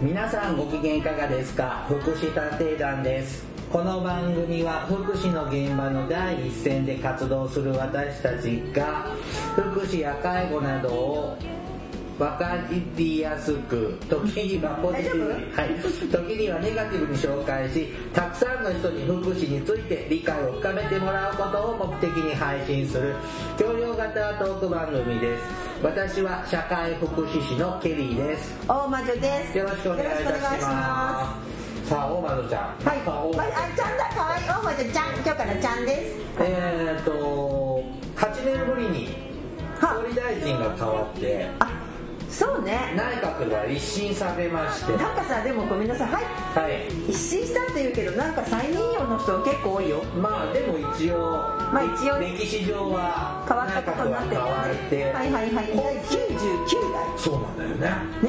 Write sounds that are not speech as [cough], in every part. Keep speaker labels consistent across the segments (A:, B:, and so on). A: 皆さんご機嫌いかがですか福祉探偵団ですこの番組は福祉の現場の第一線で活動する私たちが福祉や介護などを分かりやすく時にはポジティブに、はい、時にはネガティブに紹介したくさんの人に福祉について理解を深めてもらうことを目的に配信する教養型トーク番組です私は社会福祉士のケリーです
B: 大魔女です
A: よろしくお願いいたし
B: よろくお願
A: ます
B: いし
A: さあ大窓ちゃん
B: はい、
A: さあ大
B: まあ、ちゃんだ可愛い大魔女ちゃん今日からちゃんです
A: えーっと8年ぶりに
B: は
A: 総理大臣が変わって
B: あそうね
A: 内閣が一新されまして
B: なんかさでもごめんなさいはい
A: はい
B: 一新したって言うけどなんか再任用の人結構多いよ
A: まあでも一応,、
B: まあ一応
A: 歴史上は
B: 変わったことになって
A: 内閣が変わって、
B: はいはいはい99代
A: そうなんだよね
B: ね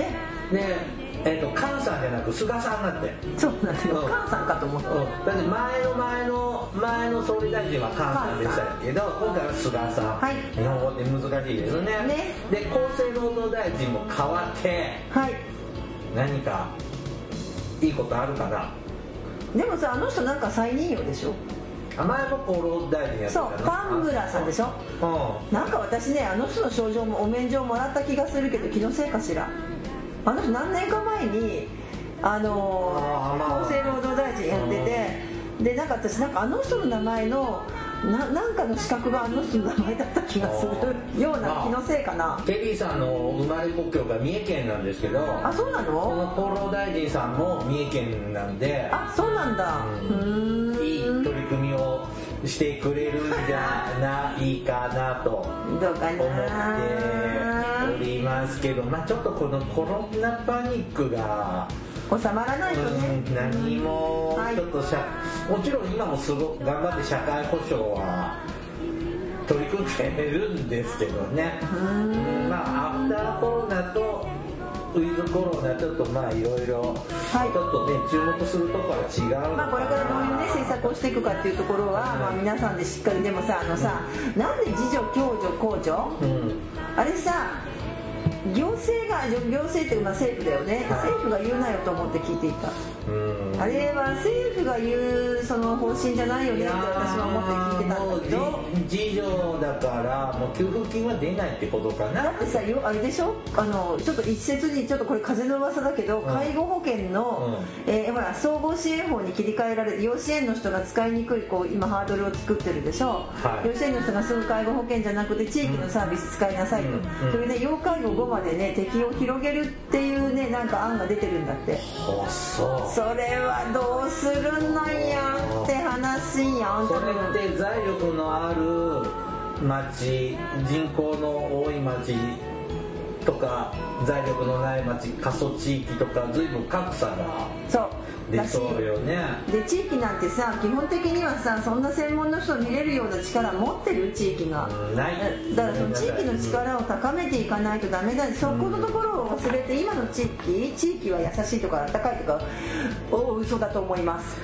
A: ねえーっと菅さんじゃなく菅さんだって
B: そうなんですよ
A: うん
B: 菅さんかと思った
A: うんだって前の前の前の総理大臣は菅さんでしたけど今回は菅さん、
B: はい
A: 日本語って難しいですね
B: ね
A: で厚生労働大臣も変わって
B: はい
A: 何かいいことあるかな
B: でもさあの人なんか再任用でしょ
A: あ前も厚労大臣やってた
B: そう田村さんでしょ
A: ょ
B: なんか私ねあの人の症状もお免状もらった気がするけど気のせいかしらあの人何年か前にあの
A: あーまあ
B: 厚生労働大臣やっててでなんか私なんかあの人の名前のななんかの資格があの人の名前だった気がす
A: あー
B: るような気のせいかな
A: ケリーさんの生まれ故郷が三重県なんですけど
B: あそうな
A: こ
B: の
A: の厚労大臣さんも三重県なんで
B: あそうなんだう
A: いい
B: ーん
A: 取り組みをしてくれるんじゃないかなと
B: どうか
A: 思ってお
B: な
A: りますけど、まあ、ちょっとこのコロナパニックが、
B: 収まらないとね
A: うん何も
B: はい
A: ちょっと社もちろん今もすごく頑張って社会保障は取り組んでるんですけどね、まあアフターコロナとウィズコロナちょっとまあいろいろ
B: はい
A: ちょっとね注目するところは違うのかな、
B: まあ、これからどういうね政策をしていくかっていうところは、まあ、皆さんでしっかりでもさあのさなんで自助共助公助
A: うん
B: あれさ行政が行行政っていうかまあ政府だよね、
A: はい
B: 政府が言うなよと思って聞いていた
A: うん
B: あれは政府が言うその方針じゃないよねって私は思って聞いてたんだけ
A: も
B: ど
A: うじ事情だからもう給付金は出ないってことか
B: だ
A: な
B: ってさよあれでしょあのちょっと一説にちょっとこれ風の噂だけど、
A: ん
B: 介護保険の、えーほら総合支援法に切り替えられ養子縁の人が使いにくいこう今ハードルを作ってるでしょ、
A: はい
B: 養子縁の人が住む介護保険じゃなくて地域のサービス使いなさいと、
A: うんうん
B: それで要介護5までね適用を広げるっていうねなんか案が出てるんだって
A: あそう
B: それはどうするなんやって話やん
A: それって財力のある町人口の多い町とか財力のない町過疎地域とか随分格差が
B: そう
A: 出
B: だし
A: そうよね
B: で地域なんてさ基本的にはさそんな専門の人を見れるような力持ってる地域が
A: うんない
B: だからその地域の力を高めていかないとダメだしそこのところを忘れて今の地域地域は優しいとか暖かいとかお嘘だと思います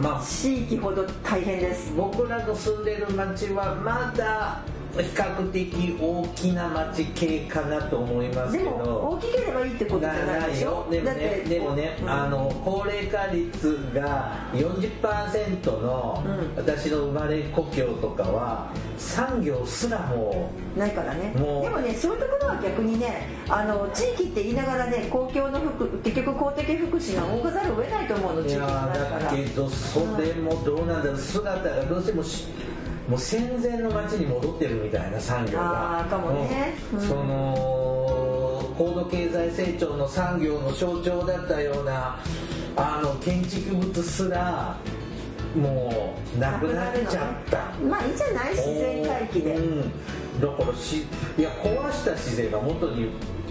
A: まあ
B: 地域ほど大変です
A: 僕らの住んでる町はまだ比較的大きな町系かなと思います
B: で
A: けど
B: も大きければいいってことじゃないでしょ
A: でも
B: だって
A: ねでもね、
B: うん
A: あの高齢化率が40%の
B: うん
A: 私の生まれ故郷とかは産業すらも
B: ないからねで
A: もう
B: もねそういうところは逆にねあの地域って言いながらね公共の福結局公的福祉が多かざるを得ないと思うの
A: い
B: 地域
A: や
B: の中
A: ー
B: か
A: だ
B: ら
A: けどそれもどうなんだろう姿がどうしてもしもう戦前の町に戻ってるみたいな産業が
B: あーかもね
A: うん
B: うん
A: その高度経済成長の産業の象徴だったようなあの建築物すらもうなくなっちゃった
B: まあいいじゃない自然回帰で
A: うん、だからしいや壊した自然が元に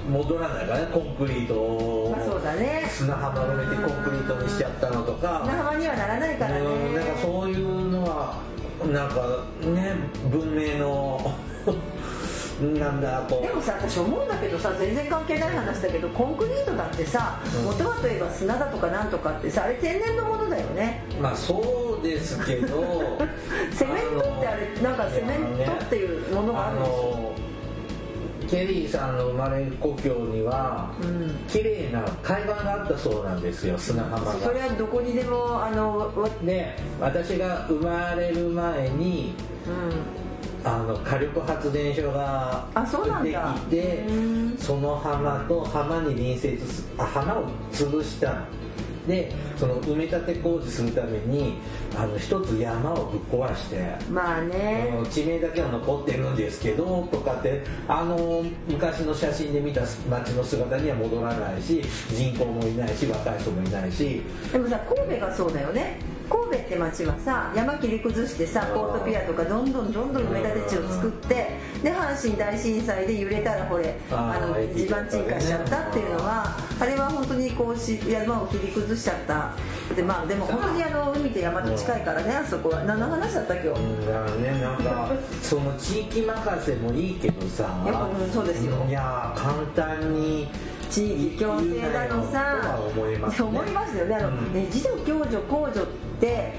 A: 戻らないからねコンクリートを
B: まあそうだね
A: 砂浜埋めてコンクリートにしちゃったのとか
B: 砂浜にはならないからね
A: うんなんかそういうのはなんかね文明の [laughs] なんだこ
B: で
A: う
B: もさ私思うんだけどさ全然関係ない話だけどコンクリートだってさ
A: うん
B: 元はといえば砂だとかなんとかってさあれ天然のものだよね
A: まあそうですけど
B: [laughs] セメントってあれなんかセメントっていうものがあるんでしょ
A: あのケリーさんの生まれ故郷には
B: うん
A: 綺麗な海岸があったそうなんですよ砂浜が
B: それはどこにでもあのわうん
A: で私が生まれる前にあの火力発電所が
B: あそうなん
A: で
B: だ
A: きて
B: うん
A: その浜と浜に隣接すあ浜を潰したのでその埋め立て工事するためにあの一つ山をぶっ壊して
B: まあ
A: あ
B: ね
A: の地名だけは残ってるんですけどとかってあの昔の写真で見た街の姿には戻らないし人口もいないし若い人もいないし
B: でもさ神戸がそうだよね神戸って町はさ山切り崩してさポートピアとかどんどんどんどん埋め立て地を作ってで阪神大震災で揺れたらこれ
A: あ
B: あ
A: ー
B: の地盤沈下しちゃったっていうのはあれは本当にこうし山を切り崩しちゃったでまあでも本当にあの海と山と近いからねあそこは何の話だった今日
A: うんだからねなんかその地域任せもいいけどさ
B: いやうんそうですよ
A: いや簡単に
B: 地域共生だの
A: 言うなよと
B: さ
A: は思いますね
B: そう思いますよねあの、
A: うん
B: ね自助共助公助って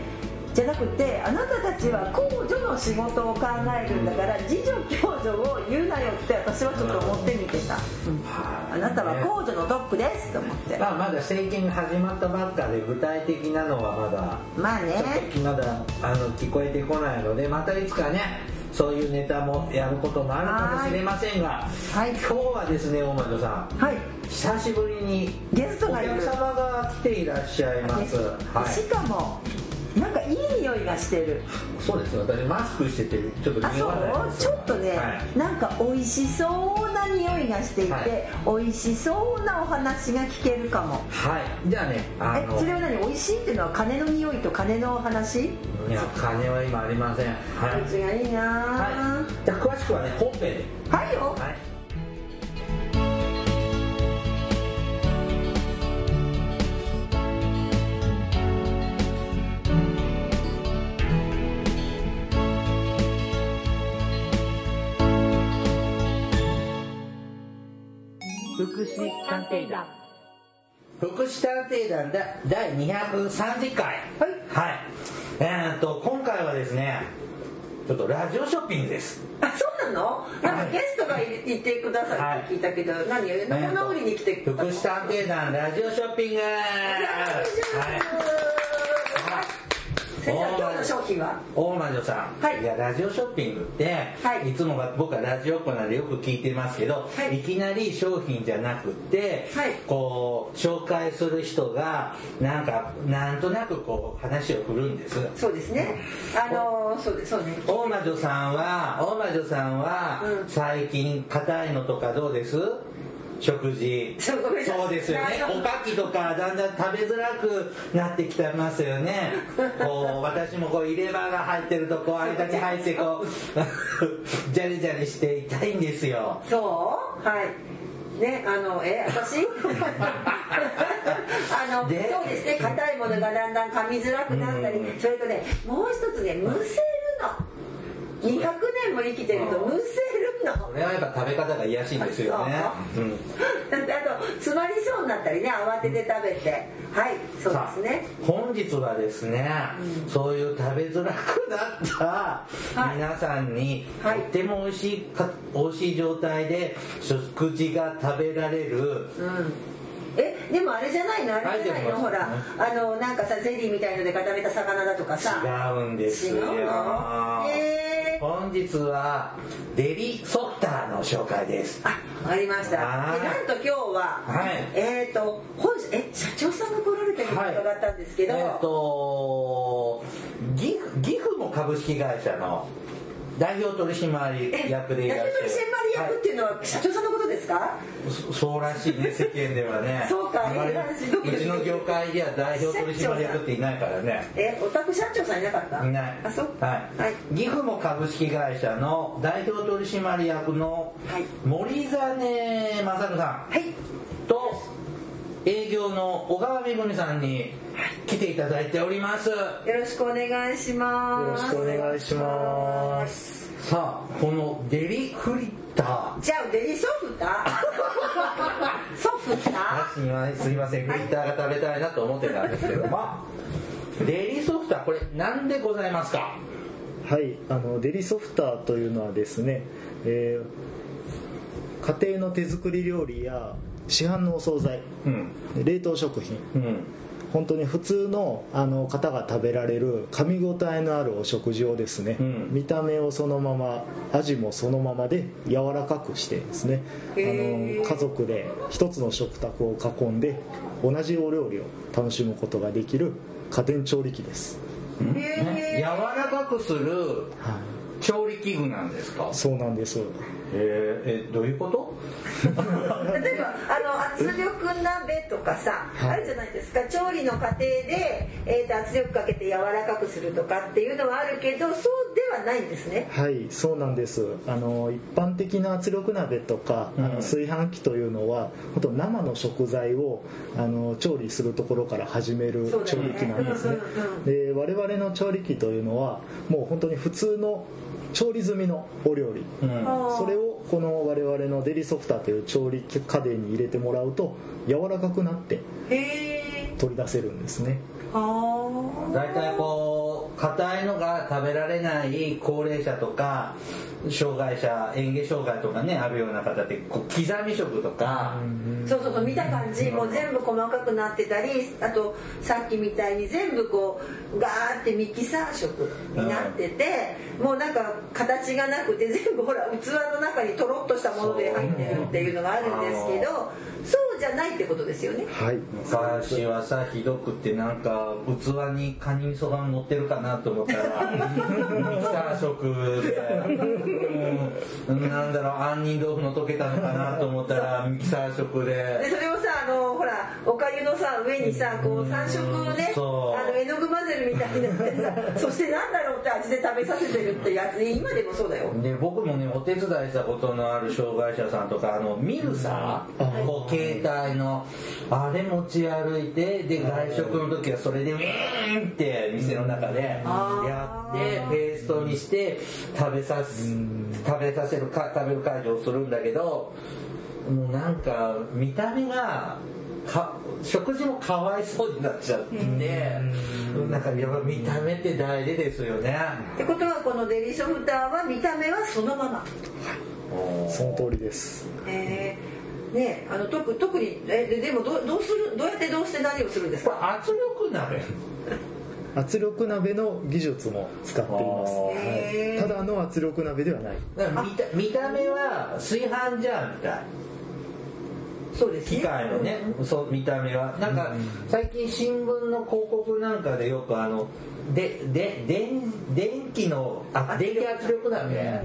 B: じゃなくてあなたたちは公助の仕事を考えるんだから自助共助を言うなよって私はちょっと思ってみてた、うん
A: はい
B: あなたは公助のドッグですと思って
A: まあまだ政権が始まったばっかで具体的なのはまだ
B: まあ
A: ちょっ
B: ね
A: とまだあの聞こえてこないのでまたいつかねそういうネタもやることもあるかもしれませんが、
B: はい
A: 今日はですね大窓さん
B: はい
A: 久しぶりに
B: ゲストがいる
A: お客様が来ていらっしゃいます、はい
B: しかもなんかいい匂いがしてる
A: そうですね私マスクしててちょっと
B: あそ
A: 匂わないで
B: う
A: す
B: ちょっとね、
A: はい
B: なんか美味しそうな匂いがしていて、美味しそうなお話が聞けるかも
A: はいじゃあねあ
B: えそれは何美味しいっていうのは金の匂いと金のお話
A: いや金は今ありませんはい、
B: 口がいいな
A: は、
B: はい
A: じゃあ詳しくはね本編で
B: い、はい、よ
A: はい
C: 福祉探偵団
A: 福祉探偵団だ第230回
B: はい
A: はいえーっと今回はですねちょっとラジオショッピングです
B: あそうなのなんかゲストがいいてくださるって聞いたけど、何仲直りに来て
A: 福祉探偵団ラジオショッピングはい
B: 先生今日の商品は
A: 大魔女さん、
B: はい
A: やラジオショッピングって、
B: はい
A: いつもは僕はラジオっ子なんでよく聞いてますけど、、
B: はいい
A: きなり商品じゃなくて、
B: はい
A: こう紹介する人がなんかなんとなくこう話を振るんです
B: そうですねあのそうですそうね
A: 大魔女さんは大魔女さんは、
B: うん
A: 最近硬いのとかどうです食事
B: そうごめんなさい
A: そうですよね
B: あの
A: おかきとかだんだん食べづらくなってきてますよねこう私もこう入れ歯が入ってるとこう間に入ってこうジャリジャリして痛いんですよ
B: そうはいねあのえ私 [laughs] あの
A: で
B: そうですね硬いものがだんだん噛みづらくなったり、
A: うん
B: それとねもう一つねむせるの200年も生きてるとむせるの
A: これはやっぱ食べ方が癒やしいんですよねうん
B: だってあと詰まりそうになったりね慌てて食べてはいそう
A: さ
B: ですね
A: あ本日はですね、そういう食べづらくなった
B: はい
A: 皆さんに、
B: はい
A: とっても美味しいか美味しい状態で食事が食べられる
B: うんえでもあれじゃないのあれじゃないの
A: はい
B: ほら
A: でも
B: あのなんかさゼリーみたいので固めた魚だとかさ
A: 違うんですよ
B: 違うのえー
A: 本日はデリソフターの紹介です
B: あ、わかりました。で
A: はい
B: なんと今日は、
A: はい
B: えっ、と本社え社長さんが来られてるのを伺ったんですけど、
A: えっ、と岐阜岐阜も株式会社の代表取締役でいらっしゃる
B: 代表取締役っていうのは社長さんのことですか？
A: そそうらしいね世間ではね
B: そうか
A: あまり
B: 羨ましいドキド
A: う
B: キ
A: ちの業界では代表取締役っていないからね
B: え、お宅社長さんいなかった？
A: いない
B: あ、そう。
A: はい
B: はい。
A: 岐阜も株式会社の代表取締役の
B: はい
A: 森実勝さ
B: はい。
A: んと営業の小川めぐみさんに来ていただいておりますよ
B: よろしくお願いします。
A: すさあこのデリフリッター
B: じゃあデリソフ
A: [laughs]
B: タ？ソフ
A: あ
B: タ？
A: すみませんすみませんフリッターが食べたいなと思ってたんですけどもデリソフターこれなんでございますか
D: はい、あのデリソフターというのはですね、えー家庭の手作り料理や市販のお惣菜
A: うん
D: 冷凍食品
A: うん
D: 本当に普通のあの方が食べられる噛み応えのあるお食事をですね、
A: うん
D: 見た目をそのまま味もそのままで柔らかくしてですねあの
B: へー
D: 家族で一つの食卓を囲んで同じお料理を楽しむことができる家電調理器です、
A: ね柔
B: へ
A: らかくする
D: はい
A: 調理器具なんですか
D: そうなんです
A: ええどういうこと
B: ー例えばあの圧力鍋とかさ
D: はい
B: あるじゃないですか調理の過程で、えー、と圧力かけて柔らかくするとかっていうのはあるけどそうではないんですね
D: はいそうなんですあの一般的な圧力鍋とか、
A: う
D: あ
A: ん
D: の炊飯器というのは本当生の食材をあの調理するところから始める
B: そうだ
D: 調
B: よね
D: 理器なんですね
B: うんうんうん
D: で我々の調理器というのはもう本当に普通の調理済みのお料理
A: うん
D: それをこの我々のデリソフターという調理家電に入れてもらうと柔らかくなって
B: へえ
D: 取り出せるんですね
B: あ
A: 大体こう硬いのが食べられない高齢者とか障害者嚥下障害とかねあるような方ってこう刻み食とか、
B: そうそうそう見た感じもう全部細かくなってたりあとさっきみたいに全部こうガーってミキサー色になってて、もうなんか形がなくて全部ほら器の中にとろっとしたもので入ってるっていうのがあるんですけどそうじゃないってことですよね。
D: はい
A: 昔はさひどくってなんか器にカニ味噌が乗ってるかなと思ったらミキサー食で、うん、なんだろう杏仁豆腐の溶けたのかなと思ったらミキサー食
B: で
A: で
B: それをさあのほらおかゆのさ上にさこう三色をね
A: そう
B: あの絵の具混ぜるみたいにな [laughs] ってさそしてなんだろうって味で食べさせてるってやつで今でもそうだよ。
A: で僕もねお手伝いしたことのある障害者さんとかあのミルサー、こう携帯のあれ持ち歩いてで外食の時はそれでウィーンって店の中でや
B: あ
A: って
B: ー
A: ペーストにして食べさす食べさせるか食べる介助をするんだけどもうなんか見た目がか食事もかわいそうになっちゃってなんかやっぱ見た目って大事ですよね。
B: ってことはこのデリソフターは見た目はそのまま。
D: その通りです
B: えーねあの特特にえででもどうどうするどうやってどうして何をするんです
A: これ
B: か。
A: 圧力鍋
D: 圧力鍋の技術も使っています、
A: あ
D: は
B: ー
D: い、ただの圧力鍋ではない
A: だから見た見た目は炊飯ジャーみたい
B: そうですね。
A: 機械のねそう見た目はなんか最近新聞の広告なんかでよくあのでで電電気のあ電気圧力鍋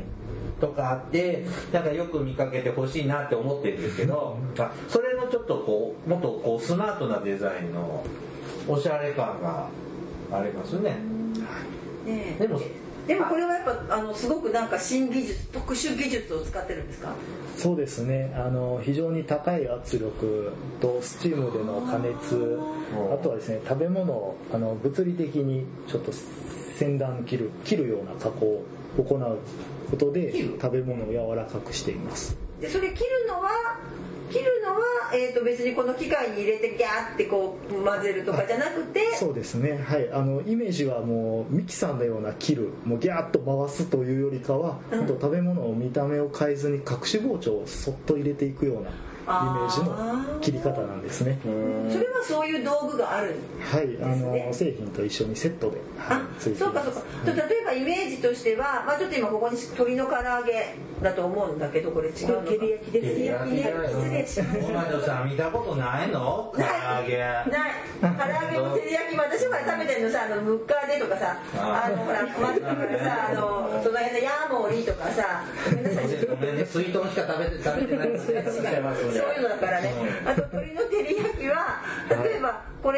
A: とかあってなんかよく見かけてほしいなって思ってるんですけどあそれのちょっとこうもっとこうスマートなデザインのおしゃれ感がありますね
B: うん。ね
A: でも
B: でもこれはやっぱあのすごくなんか新技術特殊技術を使ってるんですか。
D: そうですねあの非常に高い圧力とスチームでの加熱
A: あー
D: あとはですね食べ物をあの物理的にちょっと先端切る切るような加工を行うことで
A: 切る
D: 食べ物を柔らかくしています
B: でそれ切るのは切るのはえっ、と別にこの機械に入れてギャーってこう混ぜるとかじゃなくて。
D: そうですねはいあのイメージはもうミキサーのような切るもうギャーッと回すというよりかは、
B: うん
D: あと食べ物を見た目を変えずに隠し包丁をそっと入れていくようなイメージの切り方なんですね
B: それはそういう道具がある。
D: はい、あの、
B: です
D: 製品と一緒にセットで、はい
B: あ、
D: ついて
B: そうかそうか。と例えばイメージとしては、まあちょっと今ここに鶏の唐揚げだと思うんだけど、これ違うのか。照り焼き
A: 照り焼きだよ
B: 失礼しまし
A: お前のさん見たことないの唐
B: た。
A: 揚げ
B: ない。唐揚げも照り焼きも私ほら食べてるのさ、あのムッカーデとかさ、
A: あ
B: あのほら困ってくるさ、あのその辺のヤーモリとかさ、ごめんなさい。
A: ごめんね、水筒しか食べて食べてないですね。
B: そういうのだからね、あと鶏の照り焼きは例えばこ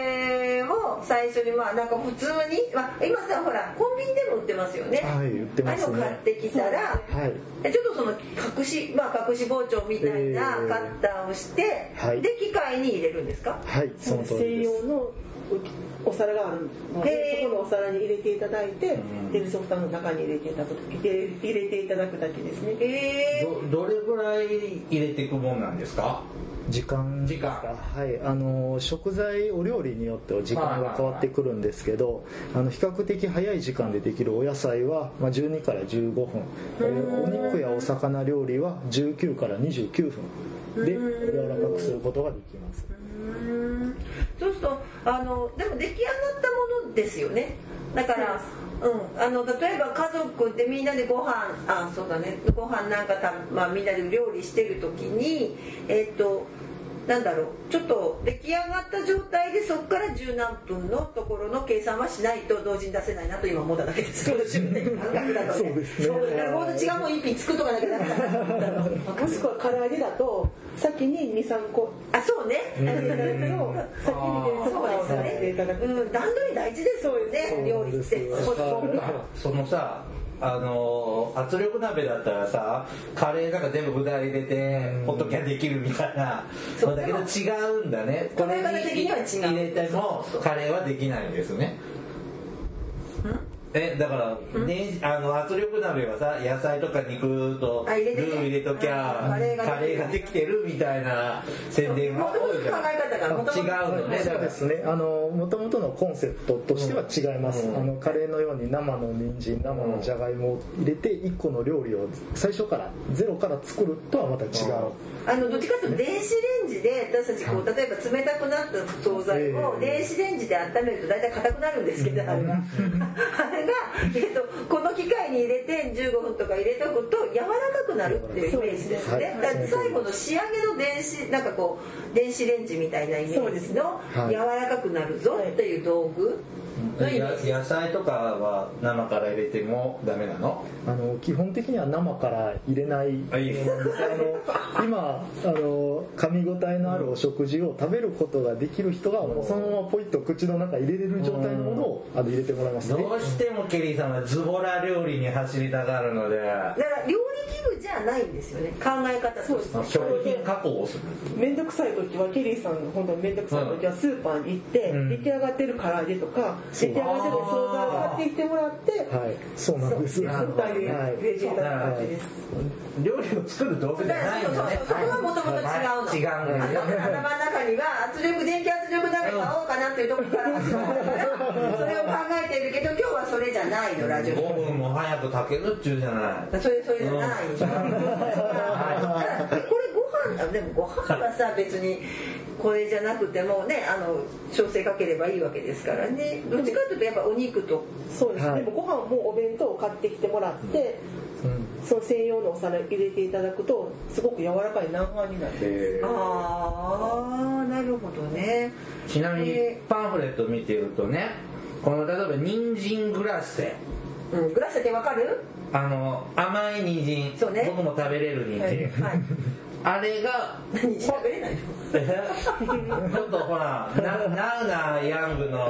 B: れを最初にまあなんか普通に、まあ、今さほらコンビニでも売ってますよね、
D: はい売ってますね
B: あれを買ってきたら
D: はい、
B: でちょっとその隠し、まあ、隠し包丁みたいな
D: えー
B: カッターをして、
D: はい
B: で機械に入れるんですか
D: はい、その通り
E: 専
D: です。
E: 用のお皿があるので
B: へー
E: そこのお皿に入れていただいて
A: ん
E: デルソフターの中に入れていただく入れ入れていただくだけですね
B: えー
A: どどれぐらい入れていくもんなんですか？
D: 時間
A: 時間
D: はいあの食材お料理によっては時間が変わってくるんですけどあの比較的早い時間でできるお野菜は、まあ、12から15分えーお肉やお魚料理は19から29分で柔らかくすることができます
B: うんそうするとあのでも出来上がったものですよねだからうん、あの例えば家族でみんなでご飯あそうだねご飯なんかた、まあ、みんなで料理してる時にえっ、となんだろうちょっと出来上がった状態でそこから十何分のところの計算はしないと同時に出せないなと今思っただけですそうですね感覚だと
D: そうですね
B: そうだからほんと違うもん一品作っとかなきゃダメだ [laughs] な
E: もしくは唐揚げだと先に23個
B: あそうね、
E: やっていただくと先に
B: そう
E: そばを食べていた
B: で
E: だ
B: す
E: く
B: ね。うん、段取り大事ですよね。料理って。
D: そうです
B: そう
A: [laughs] そのさあの圧力鍋だったらさカレーなんか全部具材入れて
D: うん
A: ほっときゃできるみたいなそうだけど違うんだねこれ
B: 食べ方的には違う
A: 入れてもカレーはできないんですねえだから、ね、あの圧力鍋はさ野菜とか肉と
B: あ入れてね
A: ルー入れときゃ
B: うんカレーができる
A: カレーができてるみたいな宣伝が多いじゃん
B: 元々の考え方が元々
A: 違うのねだ
D: そう
A: から
D: ですねあの元々のコンセプトとしては違います、
A: うん
D: あのカレーのように生の人参生のじゃがいもを入れて1個の料理を最初からゼロから作るとはまた違う、
B: あのどっちかというと電子レンジで私たちこう例えば冷たくなった惣菜を
D: ええ
B: 電子レンジで温めると大体硬くなるんですけどあれがあれが、えっと、この機械に入れて15分とか入れとくと柔らかくなるっていうイメージですね
D: はい
B: だから最後の仕上げの電子なんかこう電子レンジみたいなイメ
E: そう
B: ー
E: で
B: ジ
E: すね
B: の
D: はい
B: 柔らかくなるぞっていう道具のイメ
A: や
B: ージ
A: 野菜とかは生から入れてもダメなの
D: あの基本的には生から入れない
A: あいい
D: ものですあの今あの噛み応えのあるお食事を食べることができる人がもうそのままポイッと口の中に入れれる状態のものをあの入れてもらいますね
A: どうしてもケリーさんはズボラ料理に走りたがるので
B: だから料理器具じゃないんですよね考え方として
E: そう
A: 食品加工をする
E: 面倒くさい時はケリーさんが本当に面倒くさい時はスーパーに行って、
D: うん
E: 出来上がってる唐揚げとか出来上がってる惣菜を買ってきてもらって
D: はいそうなんです
E: スーパーに入れていただく感じです、
A: 料理を作る道具じゃないのね
B: そうそうそうそこがもともと違うの
A: はい違うんだよ
B: 頭の中には圧力電気圧力鍋買おうかなっていうところから始まるからそれを考えてるけど今日はそれじゃないのラジオ
A: 5分も早く炊けるっちゅうじゃない
B: それそれじゃないのだからこれご飯あでもご飯はさ別にこれじゃなくてもねあの調整かければいいわけですからねどっちかというとやっぱお肉と
E: そうです、
D: はい
E: でもご飯もお弁当を買ってきてもらって、
D: うん
E: その専用のお皿に入れていただくとすごく柔らかい軟飯になる
B: ああなるほどね
A: ちなみにパンフレット見てるとねこの例えば人参グラッセ
B: うんグラスってわかる
A: あの甘い人
B: そう
A: 参、
B: ね
A: 僕も食べれる人参、
D: [laughs]
E: はい
B: はい
A: あれが
B: 何喋れないの
A: えちょっとほらなナウなヤングの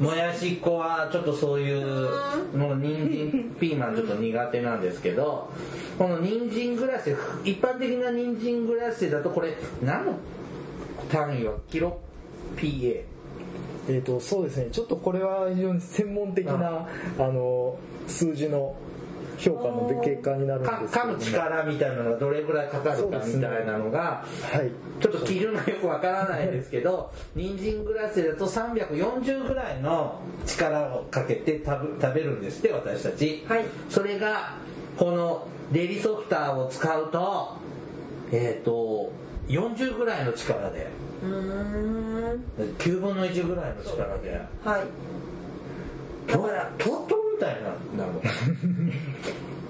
A: もやしっこはちょっとそういうもう人参ピーマンちょっと苦手なんですけどこの人参グラッセ一般的な人参グラッセだとこれ何の単位はキロ PA
D: えー、とそうですねちょっとこれは非常に専門的なあの数字の評価の結果になるん
A: か
D: ですけ
A: 噛
D: ども
A: む力みたいなのがどれぐらいかかるかみたいなのが、
D: はい
A: ちょっと基準がよくわからないですけど人参グラッセだと340ぐらいの力をかけて食べ食べるんですって私たち、
B: はい
A: それがこのデリソフターを使うとえっ、と40ぐらいの力で
B: うーん
A: 9分の1ぐらいの力で
B: はいだ
A: ト
B: から
A: トロトロみたいななの
B: でも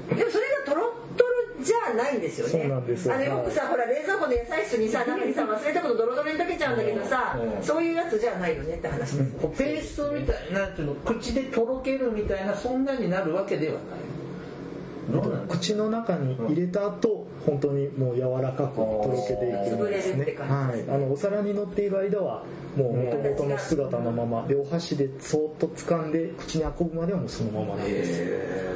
B: それがトロットロじゃないんですよね
D: そうなんです
B: あのよくさほら冷蔵庫の野菜室にさ中にさ忘れたことドロドロに溶けちゃうんだけどさ
A: うんうん
B: そういうやつじゃないよねって話です
A: こうペーストみたいななんていうの口でとろけるみたいなそんなになるわけではないどうなんですか
D: 口の中に入れた後本当にもう柔らかくとろけていくんです
B: 潰れるって
D: ね、
B: 感
D: は
B: じ
D: い、あのお皿に乗っている間はもう元々の姿のまま両箸でそーっと掴んで口に運ぶまではもうそのままなんです、
A: へ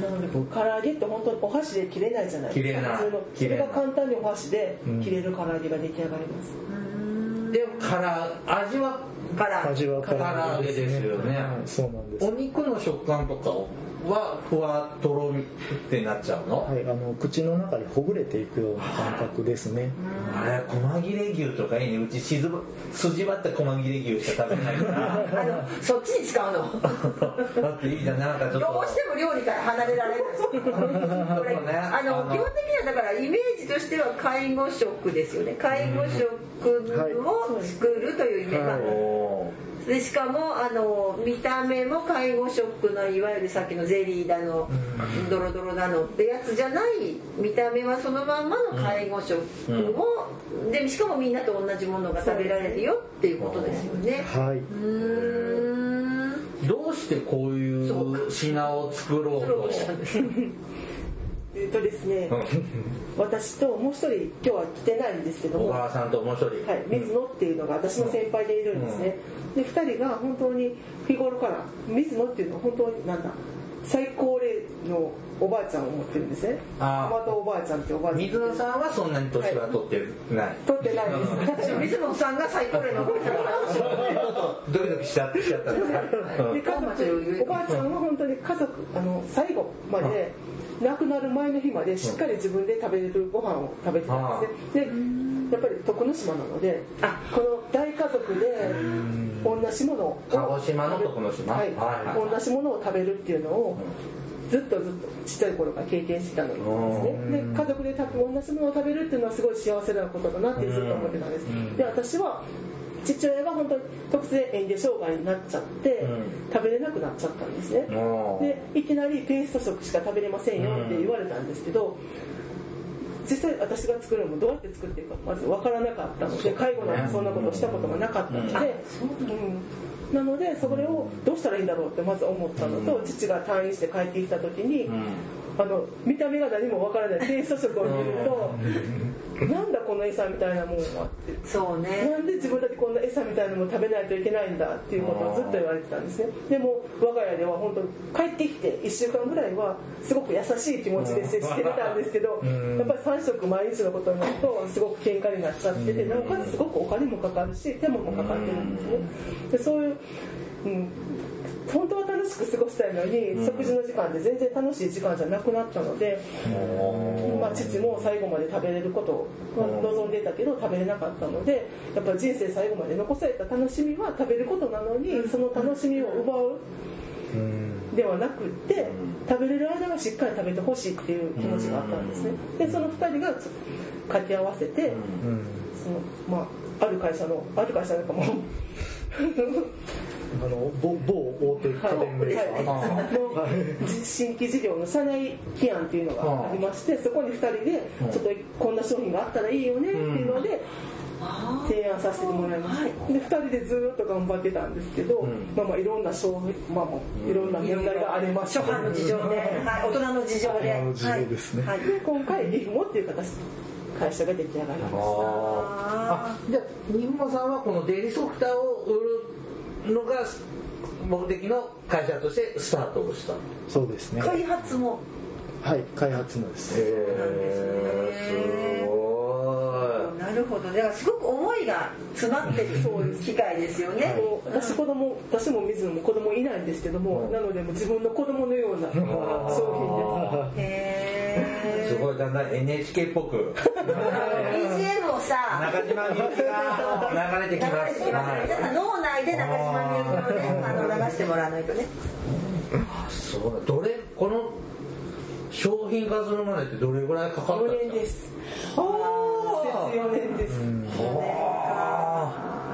E: なので唐揚げって本当にお箸で切れないじゃない
A: 切れない
E: 普通の
A: 切
E: そ
A: れ
E: れ
A: な
E: が
A: い
E: 簡単にお箸で
D: うん
E: 切れる唐揚げが出来上がります、
A: ーでもから味は
B: から
D: 味は
A: 唐揚げですよね
D: はいそうなんです
A: お肉の食感とかを
F: はふわとろってなっちゃうの、
D: はい、あの口の中でほぐれていくような感覚ですね
F: あれ細切れ牛とかいいねうちしず筋張った細切れ牛しか食べないか
B: あ
F: ら [laughs]
B: のそっちに使う
D: [laughs]
B: の
F: だっていいじゃんなんかちょっ
B: どうしても料理から離れられないこ
F: そう
B: れ
F: ね
B: あの
F: あの
B: 基本的にはだからイメージとしては介護食ですよね介護食を作るというイメージ、
D: はい
F: とお
B: でしかもあの見た目も介護食のいわゆるさっきのゼリーだのドロドロだのってやつじゃない見た目はそのまんまの介護食を、でしかもみんなと同じものが食べられるよっていうことですよね。
D: はいう
B: ーん
F: ーどうしてこういう品を作ろう
B: 苦
F: と
B: 労したんです
E: えっとですね、私ともう一人今日は来てないんですけど
F: 小
E: も、は
F: 川さんともう一人、
E: い、水野っていうのが私の先輩でいるんですね、で2人が本当に日頃から水野っていうのは本当になんだ最高齢のおばあちゃんを持ってるんですね
F: あー
E: またおばあちゃんっておばあちゃん
F: 水野さんはそんなに年は取ってない、
E: 取ってないです
B: 私水野さんが最高齢のおばあちゃんの話を
F: ドキドキしちゃしちゃったんですか、うん
E: で家族おばあちゃんは本当に家族あの最後まで亡くなる前の日までしっかり自分で食べれるご飯を食べてたんですねでやっぱり徳之島なので
B: あ
E: この大家族で同じものを
F: 鹿児島の徳之島
E: はい
F: はいはい
E: 同じものを食べるっていうのをずっとずっとちっちゃい頃から経験してたのですねで家族で食べ同じものを食べるっていうのはすごい幸せなことだなってずっと思ってたんですで私は父親が本当に突然嚥下障害になっちゃって、
F: うん
E: 食べれなくなっちゃったんですね
F: おー
E: でいきなりペースト食しか食べれませんよって言われたんですけど、実際私が作るのもどうやって作っていいかまず分からなかったので介護なんてそんなことしたことがなかったので、うんなのでそれをどうしたらいいんだろうってまず思ったのと、父が退院して帰ってきた時に、あの見た目が何も分からないペースト食を見ると、なんだこの餌みたいなもんはって
B: そうね
E: なんで自分だけこんな餌みたいなのも食べないといけないんだっていうことをずっと言われてたんですねでも我が家では本当に帰ってきて1週間ぐらいはすごく優しい気持ちで接してたんですけどやっぱり3食毎日のことになるとすごく喧嘩になっちゃっててなおかつすごくお金もかかるし手間もかかってるんですねでそういう、うん、本当は楽しく過ごしたいのに食事の時間で全然楽しい時間じゃなくなったので。まあ、父も最後まで食べれることは望んでたけど食べれなかったのでやっぱ人生最後まで残された楽しみは食べることなのにその楽しみを奪うではなくって食べれる間はしっかり食べてほしいっていう気持ちがあったんですねでその2人が掛け合わせてその、まあ、ある会社のある会社なんかも
D: あの某某大手家電メーカー
E: の新規事業の社内起案っていうのがありましてそこに2人でちょっとこんな商品があったらいいよねっていうので提案させてもらいましたで2人でずっと頑張ってたんですけどまあまあいろんな商品まあまあいろんな年代がありまし
B: 初
E: た
B: 版の事情で、はい、大人の事情で
D: 大人の事情ですね
B: はいはい
E: で今回リフモっていう形会社が出来上がりまし
F: あじゃあ新馬さんはこのデイリーソフトを売るのが目的の会社としてスタートをしたへ
D: そうですね
B: 開発も
D: はい開発のですね
F: えすご
B: なるほどだからすごく思いが詰まってる機械ですよね
E: たもう私子供私も水野も子供いないんですけどもなのでもう自分の子供のような商品です
F: い
B: へ
F: すごいだんだん NHK っぽく
B: え BGM をさ
F: 中島みゆきが流れて
B: 流れ
F: きます
B: てきますね皆さん脳内で中島みゆきをねあの流してもらわないとね
F: あそうだどれこの商品化するまでってどれぐらいかかったん
E: 4
F: です
E: 年
F: か
E: です4年です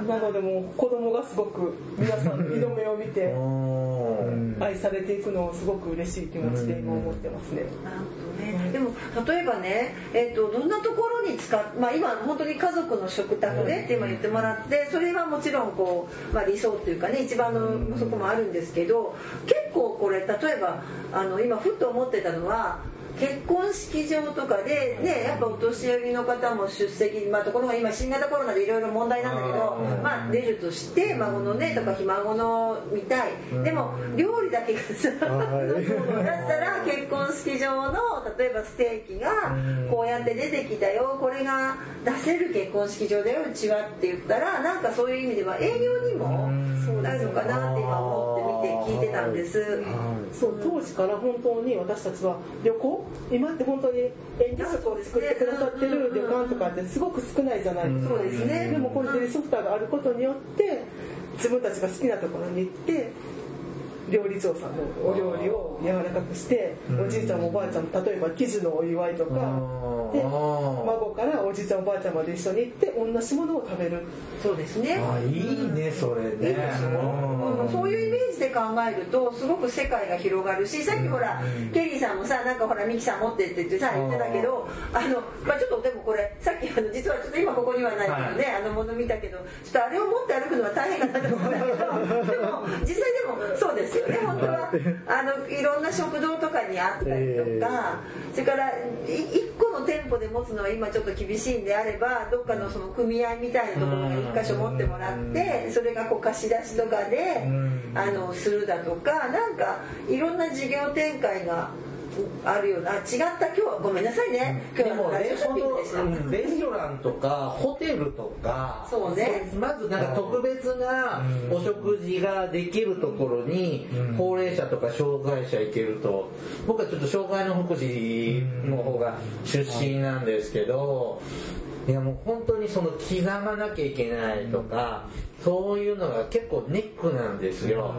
E: なのでもう子供がすごく皆さんの色目を見て
F: うん
E: 愛されていくのをすごく嬉しい気持ちで今思ってますね
B: なんとねでも例えばね、えっとどんなところに使っ、まあ、今本当に家族の食卓でって今言ってもらってそれはもちろんこう、まあ、理想っていうかね一番のそこもあるんですけど結構これ例えばあの今ふっと思ってたのは。結婚式場とかで、ね、やっぱお年寄りの方も出席、まあ、ところが今新型コロナでいろいろ問題なんだけど
F: うん
B: まあ、出るとして孫のねとかひ孫の見たいでも料理だけがさ
D: はい
B: だったら結婚式場の例えばステーキがこうやって出てきたよこれが出せる結婚式場だようちはって言ったらなんかそういう意味では営業にもなるのかなって今思って見て聞いてたんです、
E: そう当時から本当に私たちは旅行今って本当に遠慮食を作ってくださってる旅館とかってすごく少ないじゃないですか、
B: そうですね
E: でもこのデリソフターがあることによって自分たちが好きなところに行って料理長さんのお料理を柔らかくしておじいちゃんもおばあちゃんも例えば喜寿のお祝いとかで孫からおじいちゃんおばあちゃんまで一緒に行って同じものを食べる
B: そうですね
F: あいいねそれね
B: うんそういうイメージで考えるとすごく世界が広がるしさっきほらケリーさんもさなんかほらミキさん持ってって言ってさ言ってたけどあの、まあ、ちょっとでもこれさっきあの実はちょっと今ここにはないけどね、あのもの見たけどちょっとあれを持って歩くのは大変かなと [laughs] 思ったけどでも実際でもそうですよね本当 [laughs] はあのいろんな食堂とかにあったりとか、
D: え
B: それからい一個の店舗で持つのは今ちょっと厳しいんであればどっかのその組合みたいなところが一箇所持ってもらってそれがこう貸し出しとかであのするだとかなんかいろんな事業展開があるようなあ違った今日はごめんなさいね今日
A: で
B: は
A: も
B: ラジ
A: ね
B: オショ
A: そ
B: ッピングでした。
A: のレストランとかホテルとか
B: そうね
A: まずなんか特別なお食事ができるところに高齢者とか障害者行けると僕はちょっと障害の福祉の方が出身なんですけどいやもう本当にその刻まなきゃいけないとかそういうのが結構ネックなんですよ。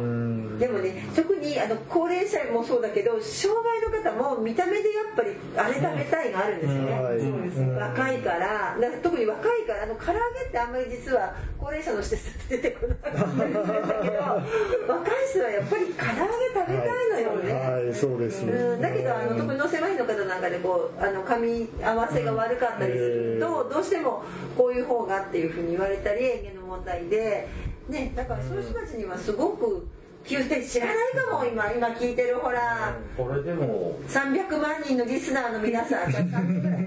B: でもね特にあの高齢者もそうだけど障害の方も見た目でやっぱりあれ食べたいがあるんですよね、
D: うん
B: そうです若いからだから特に若いからあの唐揚げってあんまり実は高齢者の [laughs] 人たち出てこなかったりするんだけど若い人はやっぱり唐揚げ食べたいのよね、
D: はい、そうですね。
B: うん、だけどあの特に脳性麻痺の方なんかでこうあの噛み合わせが悪かったりすると、どうしてもこういう方がっていうふうに言われたり嚥下の問題で、ね、だからそういう人たちにはすごく気をつけて知らないかも今今聞いてるほら。
A: これでも
B: 300万人のリスナーの皆
A: [laughs]
B: さん、じゃあ30ぐらい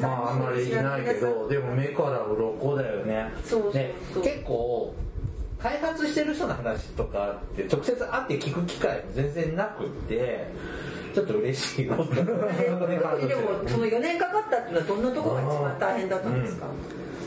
A: まああんまりいないけどでも目から鱗だよね
B: そうそうそう
A: ね結構開発してる人の話とかって直接会って聞く機会も全然なくってちょっと嬉しい [laughs] ことで
B: でもその4年かかったっていうのはどんなところが一番大変だったんですか、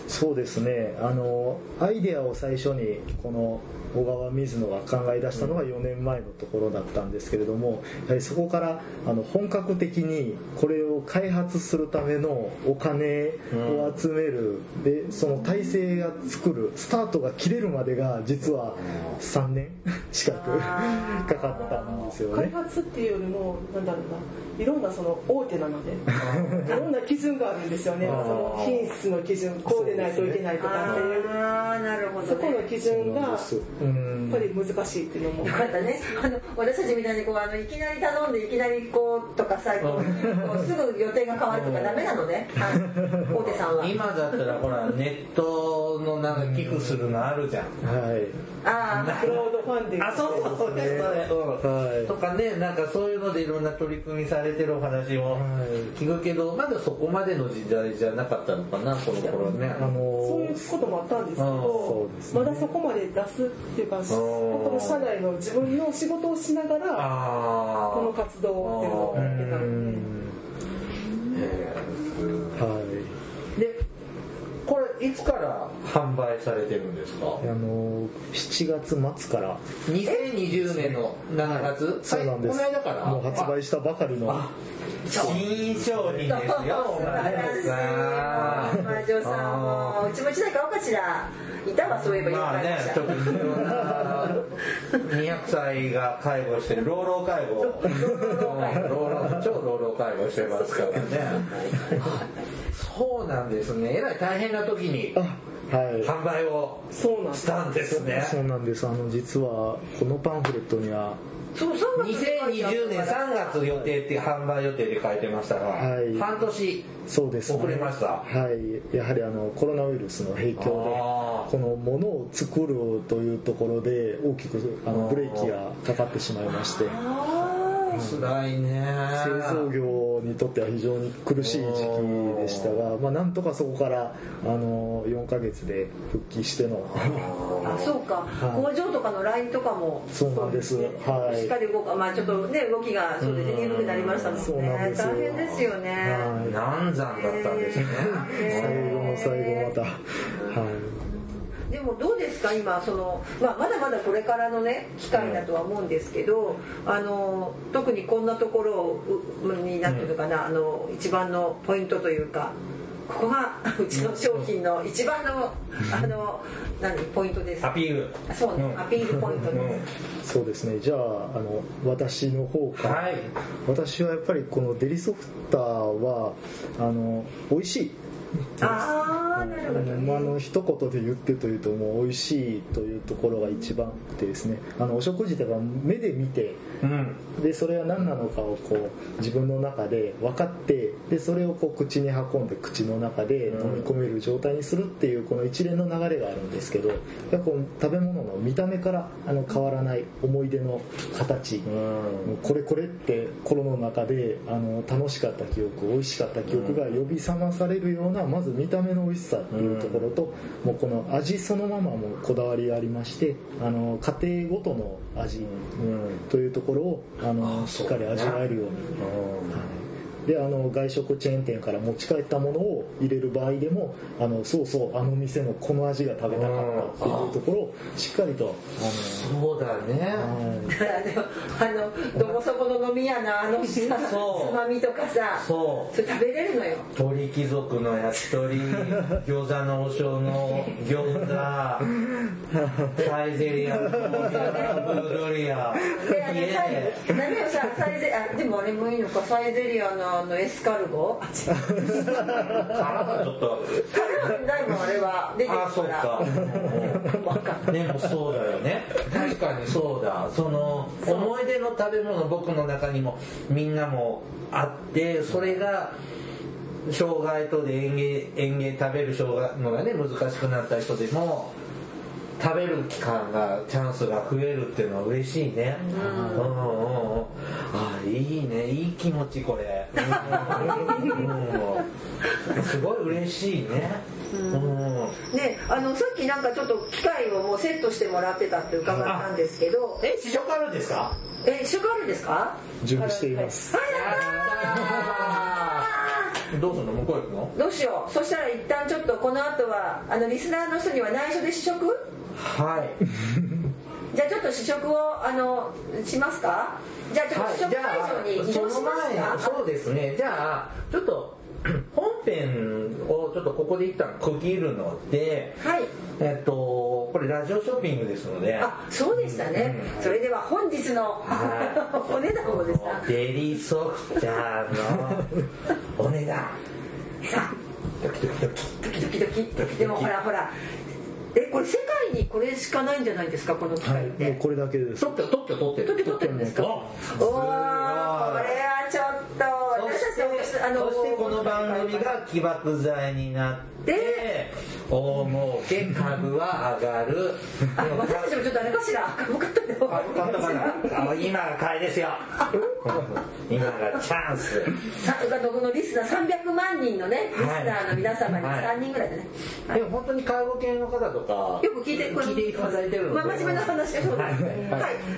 D: そうですねあのアイデアを最初にこの小川水野が考え出したのが4年前のところだったんですけれどもやはりそこからあの本格的にこれを開発するためのお金を集める、でその体制が作るスタートが切れるまでが実は3年近くかかったんですよ
E: 開
D: ね。
E: 発っていうよりもなんだろうないろんなその大手
D: [laughs]
E: なのでいろんな基準があるんですよねその品質の基準こうでないといけないとかっていう
B: ああなるほど、ね、
E: そこの基準がやっ
D: うん
E: ぱり難しいっていうの
D: [laughs]
E: も
B: よかったねあの私たちみたいにこうあのいきなり頼んでいきなりこうとかさこうこうすぐ予定が変わるとかダメなのねあの大手さんは
A: 今だったらほらネットのなんか寄付するのあるじゃん
D: はい
B: ああ
E: クラウドファンディング
A: あそうそうそうですね、
D: は
A: うん、
D: い
A: とかねなんかそういうのでいろんな取り組みされてるお話も聞くけどまだそこまでの時代じゃなかったのかなこの頃はね
D: あの
E: そういうこともあったんですけど
D: うんそうです
E: まだそこまで出すっていうかこの社内の自分の仕事をしながら
A: あ
E: この活動っていうのをやってたので
D: はい
A: でこれいつから販売されてるんですか
D: あの7月末から
A: 2020年の7月
D: そうなんです
A: はいこの間から
D: もう発売したばかりの
A: 新商品ですよお前らさん
B: 魔女さんもうちも一台買おうかしらいたわそういえばよく
A: まあ
B: あり
A: ね
B: まし
A: ち
B: た
A: ょっといろんな200歳が介護して老老介護老老超老老介護してますからねそうなんですねえらい大変な時に
D: あは
A: 販売を
E: そうなんで
A: し
E: す
A: たんですね
D: いそうなんですあの実はこのパンフレットには
B: そうそう
A: 2020年3月予定って販売予定で書いてましたが、
D: はい
A: 半年
D: そうです
A: 遅れました
D: はいやはりあのコロナウイルスの影響で
A: あー
D: このものを作るというところで大きくあのブレーキがかかってしまいまして
A: 辛いね
D: 製造業にとっては非常に苦しい時期でしたが、まあ、なんとかそこからあの4ヶ月で復帰しての
B: あそうか、工場とかのラインとかも
D: そうなんですはい
B: しっかり動かまあちょっとね動きがそうですね鈍くなりましたもんね
D: そうなんですよ
B: 大変ですよね、
D: はい
A: 難産だったんですね
D: 最後の最後また、はい、
B: でもどうですか今その、まあ、まだまだこれからのね機会だとは思うんですけど、あの特にこんなところをうになってるのかな、あの一番のポイントというかここがうちの商品の一番のあの何ポイントです
A: アピール
B: そうね、
A: うん
B: アピールポイント
A: うん
B: です、
D: そうですねじゃああの私の方から、
A: はい
D: 私はやっぱりこのデリソフターはあの美味しい
B: ああなるほど
D: あの
B: ね
D: まああの一言で言ってというともう美味しいというところが一番でですねあのお食事とか目で見て
A: うん
D: でそれは何なのかをこう自分の中で分かってでそれをこう口に運んで口の中で飲み込める状態にするっていうこの一連の流れがあるんですけどやっぱこう食べ物の見た目からあの変わらない思い出の形もうこれこれってコロナの中であの楽しかった記憶美味しかった記憶が呼び覚まされるようなまず見た目の美味しさっていうところともうこの味そのままもこだわりがありましてあの家庭ごとの味というところをあの
A: あ
D: し
A: そう
D: っかり味わえるように。はいであの外食チェーン店から持ち帰ったものを入れる場合でもあのそうそうあの店のこの味が食べたかったっていうところをしっかりと
A: そうだね
D: あの、はい
B: だからでも [laughs] あのどこそこの飲み屋のあのさつ
A: そう
B: まみとかさ
A: そう
B: それ食べれるのよ
A: 鳥貴族の焼き鳥餃子の王将の餃子サイゼリアのブードリア
B: であの最後何をさサイゼあでもあれもいいのかサイゼリアのあのエスカルゴあ違う
A: 腹がちょっと
B: 食べれないもんあれは出て
A: ああ
B: き
A: そ
B: た
A: う
B: らわ
A: [laughs]
B: か
A: か
B: る
A: でもそうだよね確かにそうだその思い出の食べ物僕の中にもみんなもあってそれが障害とで園芸園芸食べる障害のがね難しくなった人でも食べる期間がチャンスが増えるっていうのは嬉しいねうんうんうんああいいねいい気持ちこ [laughs] れ、うん、すごい嬉しいねうん
B: ねあのさっきなんかちょっと機械をもうセットしてもらってたって伺ったんですけど
A: え試食あるんですか
B: え一緒があるんですか
D: 準備しています
A: どうすんの向こう行くの
B: どうしようそしたら一旦ちょっとこの後はあのリスナーの人には内緒で試食
A: はい
B: じゃあちょっと試食をあのしますかじゃあちょっと試
A: はい
B: 食
A: じゃ
B: 会場に
A: あ
B: 移
A: そ
B: 動し
A: の
B: ます
A: 前
B: か
A: にそうですねじゃあちょっと [clears throat] 本編をちょっとここで一旦区切るので
B: はい
A: えっとこれラジオショッピングですので
B: あそうでしたね、
A: うん
B: それでは本日の、
A: は
B: [laughs] お値段をですか
A: デリソフターのお値段
B: さあ
A: ドキドキドキ
B: ドキドキドキ
A: ドキドキ
B: でもほらほらえこれ世界にこれしかないんじゃないですかこの機械っ
D: もう
B: て、
D: これだけです
A: 特許特許取ってる
B: 取って取ってるんですか
A: あ
B: おおーこれはちょっと
A: そ
B: 私たちお
A: して
B: 客さん
A: そしてこの番組が起爆剤になって
B: で
A: 大儲け株は上がる
B: あ私たちもちょっとあれかしら株価とでも
A: 株価とかなあ今が買いですよ今がチャンス
B: さあこのリスナー300万人のねリスナーの皆様に
A: はい
B: 3人ぐらいでね、
A: でも本当に介護系の方とか
B: よく聞いて、これ
A: 聞いていただいてるので
B: まあ、真面目な話で、そうです。
A: は
B: はいい
A: はい、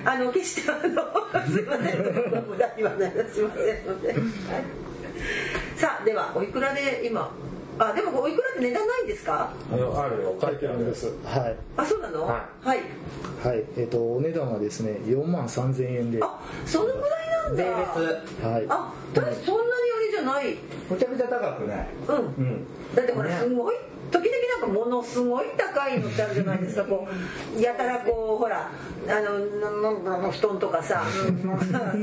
B: あの、決して、あの、すいません、無駄にはならしませんので。はいさあ、では、おいくらで、今。あ、でも、おいくらって値段ないんですか。
A: あるよ書いてあるんです
D: はい、
B: あ、そうなの。
A: は
B: はい。
D: はいえっとお値段はですね4万3000円で、は
B: あ、そのぐらいなんだ。
A: 税別
D: い、
B: あ、だってそんなにあれじゃない。
A: むちゃくちゃ高くない
B: うん。
A: うん
B: だってほら
A: ね
B: すごい時々なんかものすごい高いのってあるじゃないですかこうやたらこうほらあのなんなんの布団とかささ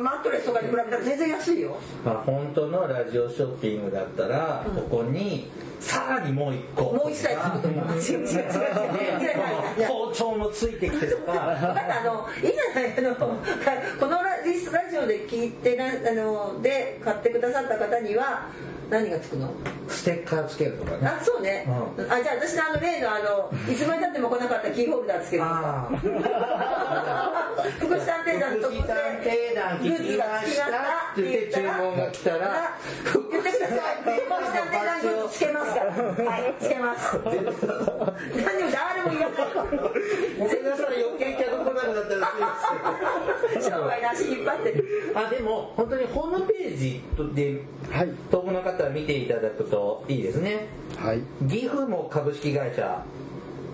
B: マットレスとかに比べたら全然安いよ
A: まあ本当のラジオショッピングだったら、ここにさらにもう一個
B: もう一台つくと思う違う違う違う違う違う違う
A: [laughs] 包丁もついてきてと
B: 分
A: か
B: かったあのいいじゃないあのこのラジラジオで聞いてなあので買ってくださった方には何がつくの
A: ステッカーつけるとかね
B: あそうね、
A: う
B: あじゃあ私のあの例のあのいつまでたっても来なかったキーホルダーつける
A: ああ
B: 福祉探偵団と
A: 福祉探偵団
B: グ
A: 聞
B: ッズ
A: き
B: が
A: ま
B: 好き
A: し
B: だった
A: たっ
B: ってて
A: 言
B: 言
A: っ
B: ってた
A: 注
B: ら
A: 文が来たら
B: 言ってください福祉探偵団グッズつけますからはいつけます何にも誰も言わ
A: ごめんなさい余計客来なくなったら
B: ない
A: すいません
B: 商売なし引っ張ってる
A: [laughs] あでも本当にホームページで
D: はい
A: 遠くの方は見ていただくといいですね
D: はい
A: 岐阜も株式会社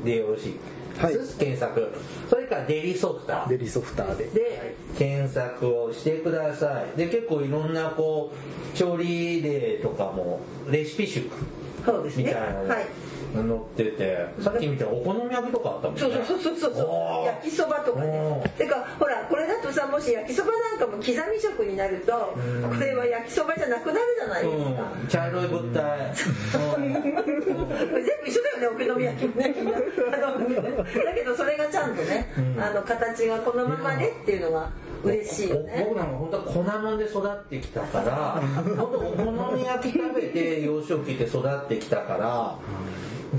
A: でよろしいです、
D: はい
A: 検索それからデリソフタ
D: デリソフターで
A: で検索をしてくださいで結構いろんなこう調理例とかもレシピ集か
B: そうです
A: みたい
B: ね
A: なの
B: はい
A: が載ってて、さっき見たらお好み焼きとかあったもんね
B: そうそうそうそうそう
A: おー
B: 焼きそばとか
A: お
B: ね
A: ー
B: てかほらこれだとさもし焼きそばなんかも刻み食になるとこれは焼きそばじゃなくなるじゃないですか、
A: うん、茶色い物
B: [laughs]
A: 体、
B: これ全部一緒だよねお好み焼きもねあのだけどそれがちゃんとね、あの形がこのままでっていうのが嬉しいよ
A: お
B: ね
A: 僕なんか本当は粉もんで育ってきたから
B: [laughs]
A: 本当お好み焼き食べて幼少期で育ってきたから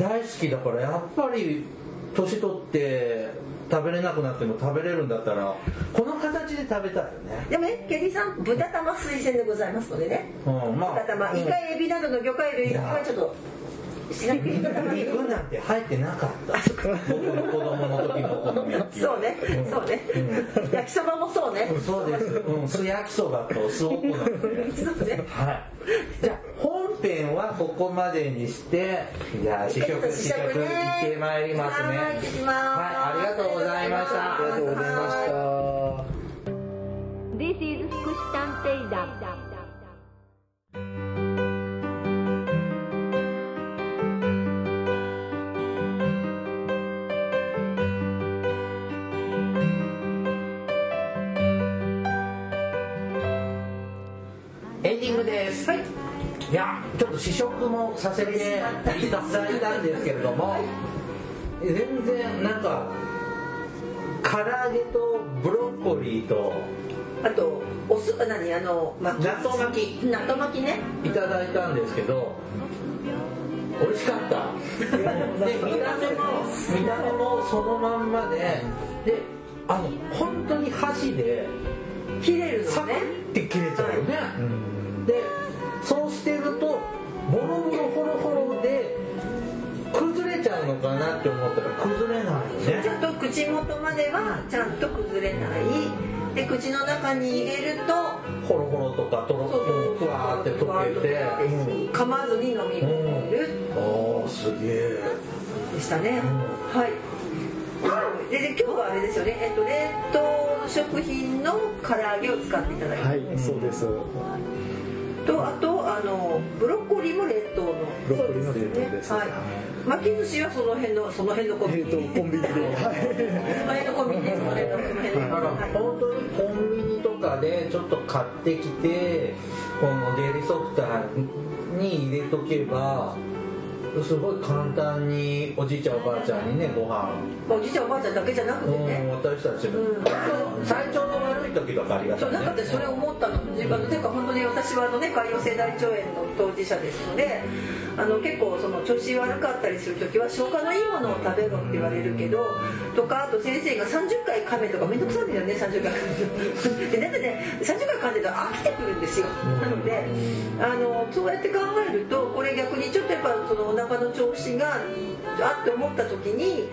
A: 大好きだからやっぱり年取って食べれなくなっても食べれるんだったらこの形で食べたいよね、
B: でもねケリーさん豚玉推薦でございますのでね
A: うん、ま
B: 豚玉イカエビなどの魚介類はちょっとしなきゃいけない
A: 肉なんて入ってなかった僕の子供の時のお好み焼きは
B: そうねそうね焼きそばもそうね
A: うんそうです、うん、素焼きそばと酢おこなんで
B: そうね
A: はい。じゃあ本編はここまでにして、じゃあ試食
B: 試
A: 試
B: 食
A: 食
B: ね
A: 行ってまいりますね。
B: はい行ってき
A: は
B: ます
A: い、ありがとうございました。
B: ありがとうございました
A: た。
C: This is 福祉探偵団。
A: エンディングです。はい。いや、ちょっと試食もさせていただいたんですけれども、全然なんか、唐揚げとブロッコリーと
B: あとお酢何あの巻き
A: 納豆巻
B: 納豆巻きね
A: きいただいたんですけど、美味しかった。で見た目も見た目もそのまんまでであの本当に箸で
B: 切れる
A: サ
B: の
A: ク
B: ね
A: って切れちゃうよね、でそうしてるとボロボロホロホロで崩れちゃうのかなって思ったら崩れないよ
B: ち
A: ね
B: ゃんと口元まではちゃんと崩れないで口の中に入れると
A: ホロホロとかとろっとふわーって溶けて、うん
B: 噛まずに飲み込める
A: おーすげえ
B: でしたね、はいでで今日はあれですよね、えっと、冷凍食品の唐揚げを使っていただいて、
D: はいそうです
B: とあとあのブロッコリーも冷凍の
D: ブロッコリーの冷凍です
B: はい巻き寿司はその辺のその辺のコンビ
D: えっ
B: ニ、
D: とコンビニではい
B: その辺のコンビニですその辺のその辺の
A: だから本当にコンビニとかでちょっと買ってきてこのデイリーソフターに入れとけばすごい簡単におじいちゃんおばあちゃんにねご飯
B: まあおじいちゃんおばあちゃんだけじゃなくて
A: うん
B: ね、
A: 私たちも
B: うん
A: 最長の悪い時とかありがた
B: そ
A: いうね
B: なんかでそれを思ったの自分のていうか本当に私はあのね潰瘍性大腸炎の当事者ですのであの結構その調子悪かったりする時は消化のいいものを食べろって言われるけどとかあと先生が30回噛めとかめんどくさいんだよね30回噛めでだってね30回噛んでると飽きてくるんですよなのであのそうやって考えるとこれ逆にちょっとやっぱそのお腹の調子があって思った時に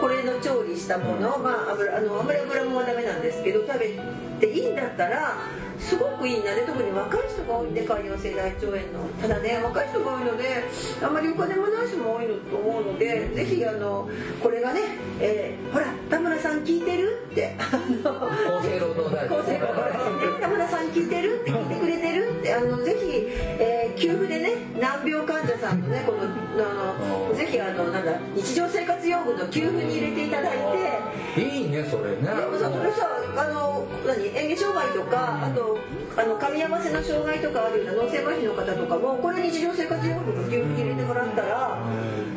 B: これの調理したもの、まあ、油あの油グラムはダメなんですけど食べていいんだったらすごくいいなで特に若い人が多いんで潰瘍性大腸炎のただね若い人が多いのであんまりお金もない人も多いのと思うのでぜひあのこれがね、えーほら田村さん聞いてる?」ってあの
A: 厚生労働大
B: 厚生
A: 臣
B: 労働大臣田村さん聞いてる聞いてくれてるってあのぜひ、えー給付でね難病患者さんのねこのあのぜひあのなんだ日常生活用具の給付に入れていただいて
A: いいねそれね
B: でもさそれさあの何嚥下障害とかあとあの噛み合わせの障害とかあるような脳性麻痺の方とかもこれ日常生活用具の給付に入れてもらったら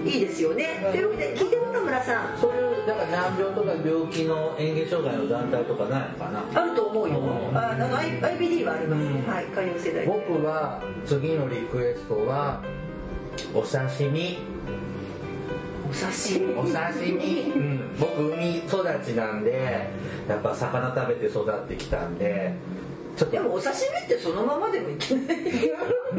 B: いいですよねというわけで聞いても田村さん
A: そういうなんか難病とか病気の嚥下障害の団体とかないのかな
B: あると思うよ
A: うん
B: ああの I- IBD はありますねはい潰瘍世代
A: 僕は次のリクエストはお刺身
B: お刺身
A: お刺身、うん、僕海育ちなんでやっぱ魚食べて育ってきたんでちょっと
B: でもお刺身ってそのままでもいけない
A: う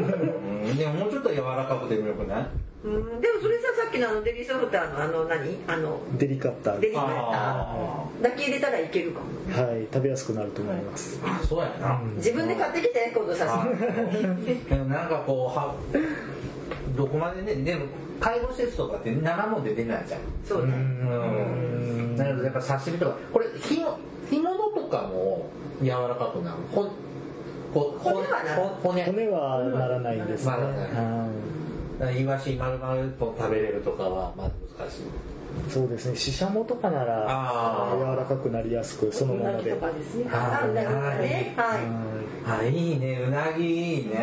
A: んでももうちょっと柔らかくてもよくない
B: うんでもそれささっきのあのデリソフターのあの何あの
D: デリカッター
B: デ
D: で
B: リカッタ
A: あ
B: ーだけ入れたらいけるかも
D: はい食べやすくなると思います
A: ーあそうやな、
B: 自分で買ってきて今度刺身
A: あでもなんかこうはどこまでねでも介護施設とかって生もんで出ないじゃん
B: そうね
A: うんなるほどやっぱ刺身とかこれ干物干物とかも柔らかくなるほほほ
B: 骨はなる
A: 骨
D: 骨はならないんですね
A: ならない
D: うん
A: イワシ丸々一本食べれるとかはまだ難しい
D: そうですねししゃもとかな
A: あ
D: ら
A: ー
D: 柔らかくなりやすくそのまま
E: うなぎ
D: で
E: とかですね
A: あ
B: あうなぎとかねは
A: あ
B: い
D: うん
A: いいねうなぎいいね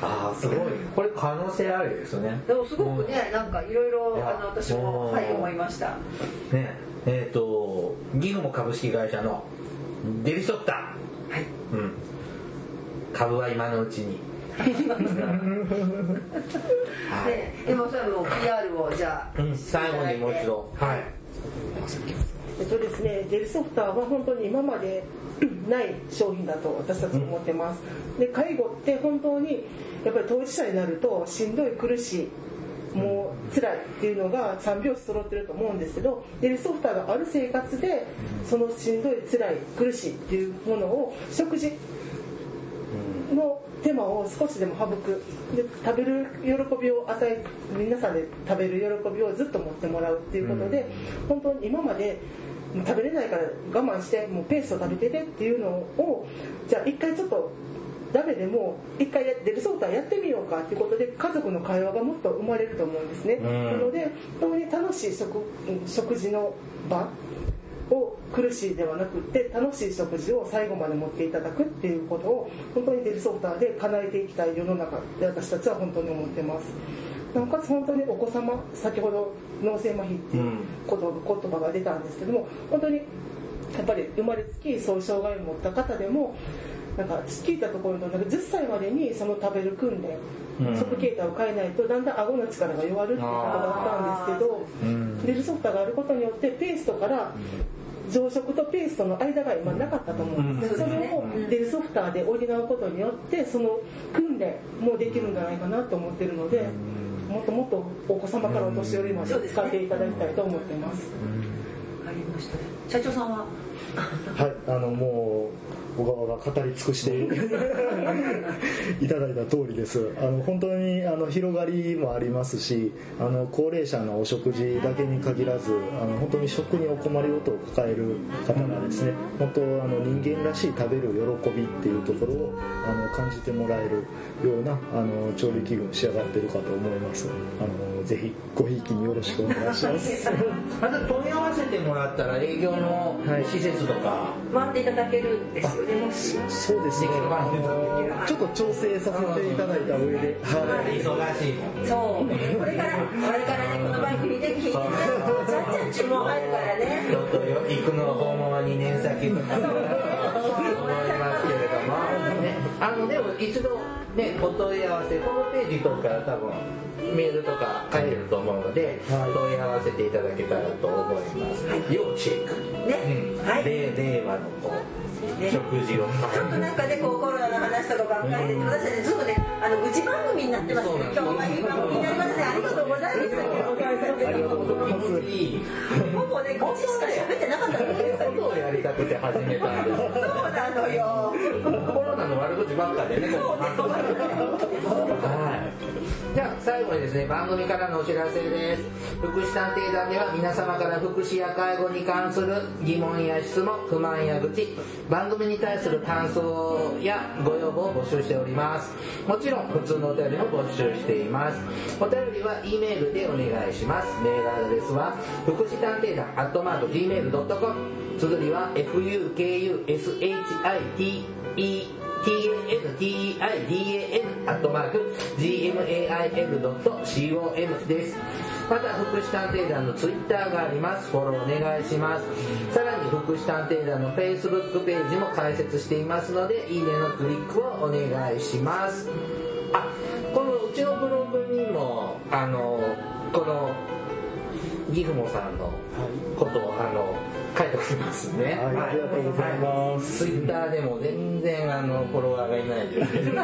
A: あーすごいこれ可能性あるですね
B: でもすごくねなんかいろいろ
A: いや
B: あの私もはい
A: うん
B: 思いました
A: うんねえっ、とギフモ株式会社のデリソッタ
B: はい
A: うん株は今のうち [laughs] にはい
B: ででもそれはもう PR をじゃあ
A: うん最後にもう一度はい
E: えっとですね、デルソフターは本当に今までない商品だと私たち思ってます、で介護って本当にやっぱり当事者になるとしんどい苦しいもう辛いっていうのが3拍子揃ってると思うんですけどデルソフターがある生活でそのしんどい辛い苦しいっていうものを食事の手間を少しでも省くで食べる喜びを与え皆さんで食べる喜びをずっと持ってもらうっていうことで、本当に今まで食べれないから我慢してもうペーストを食べててっていうのをじゃあ一回ちょっとダメでも一回やデルソータやってみようかっていうことで家族の会話がもっと生まれると思うんですね、
A: ん
E: なので本当に楽しい食食事の場を苦しいではなくって楽しい食事を最後まで持っていただくっていうことを本当にデルソフターで叶えていきたい世の中で私たちは本当に思ってますなおかつ本当にお子様先ほど脳性麻痺っていうこと言葉が出たんですけども本当にやっぱり生まれつきそういう障害を持った方でもなんか聞いたところのなんか10歳までにその食べる訓練、
A: うん
E: 食形態を変えないとだんだん顎の力が弱るっていうことだったんですけどデルソフタがあることによってペーストから増殖とペーストの間が今なかったと思うんです、
B: うん
E: それをデルソフターで補うことによってその訓練もできるんじゃないかなと思ってるので、もっともっとお子様からお年寄りまで使っていただきたいと思ってます、
B: わかりました社長さんは
D: はいあのもう小川が語り尽くしていただいた通りですあの本当にあの広がりもありますしあの高齢者のお食事だけに限らずあの本当に食にお困りごとを抱える方がですね本当あの人間らしい食べる喜びっていうところをあの感じてもらえるようなあの調理器具に仕上がってるかと思いますあのぜひごひいきによろしくお願いします
A: また問い合わせてもらったら営業の
D: はい
A: 施設とか
B: 回っていただけるんですよねもし
D: そうです
A: で
D: ね
A: きる番組とか
D: ちょっと調整させていただいた上で、はい、
A: 忙しいもん
B: そうこれからこれからねこの番組で聞いてたらじゃんじゃん注文入るからね
A: ちょっとよ行くのは訪問は2年先とか思いますけれども、ね、あのでも一度、ね、お問い合わせホームページとか多分メールとか書いてると思うので、
D: はい
A: 問い合わせていただけたらと思います、要チェック、
B: ね
A: うん
B: はい
A: で令和のこう、
B: ね
A: 食事を
B: ちょっとなんかね、こうコロナの話とかばっかりで、私たちね、すぐね、あの、うち番組になってますけど、今日はいい番組になりますね。ありがとうございます。
A: いい
B: ほぼね、こっちしか喋ってなかったんだけどさ。
A: ことをやりたくて始めたんです
B: そうなのよ。
A: コロナの悪口ばっかでね、ここはい。じゃあ最後にですね、番組からのお知らせです。福祉探偵団では皆様から福祉や介護に関する疑問や質問、不満や愚痴、番組に対する感想やご要望を募集しております。もちろん普通のお便りも募集しています。お便りは E メールでお願いします。メールアドレスは福祉探偵団アットマーク Gmail.com つづりは fukushite tanteidan アットマーク gmail.com ですまた福祉探偵団のツイッターがありますフォローお願いしますさらに福祉探偵団のフェイスブックページも開設していますのでいいねのクリックをお願いしますあこのうちのブログにもあのこのギフモさんのことをあの書いておりますね、
D: はいありがとうございます
A: ツイッターでも全然あのフォロワーがいないです [laughs] けどね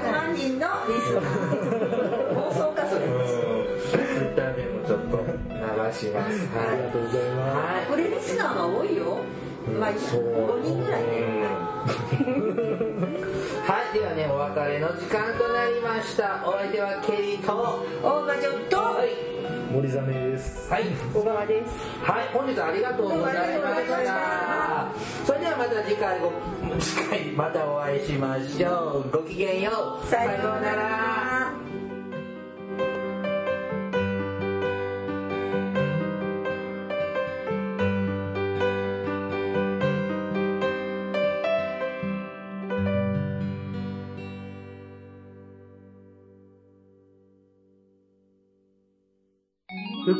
B: 300万人のリスナー。放送化する。
A: ツイッターでもちょっと流します
D: ありが
A: は
D: とうござい
A: い、
D: ま
A: は
B: これリスナーが多いよ。
A: い、
B: まあ5人ぐらいね
F: はいではねお別れの時間となりましたお相手はケリーと
B: 大魔女と
F: はい
D: 森ザメです
F: はい、
E: 小川です
F: はい、本日はありがとうございま
B: どうもありがとうござい
F: したそれではまた次回ご [laughs] 次回またお会いしましょうごきげんよう
B: さようなら。
C: 福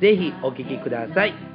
A: ぜひお聞きください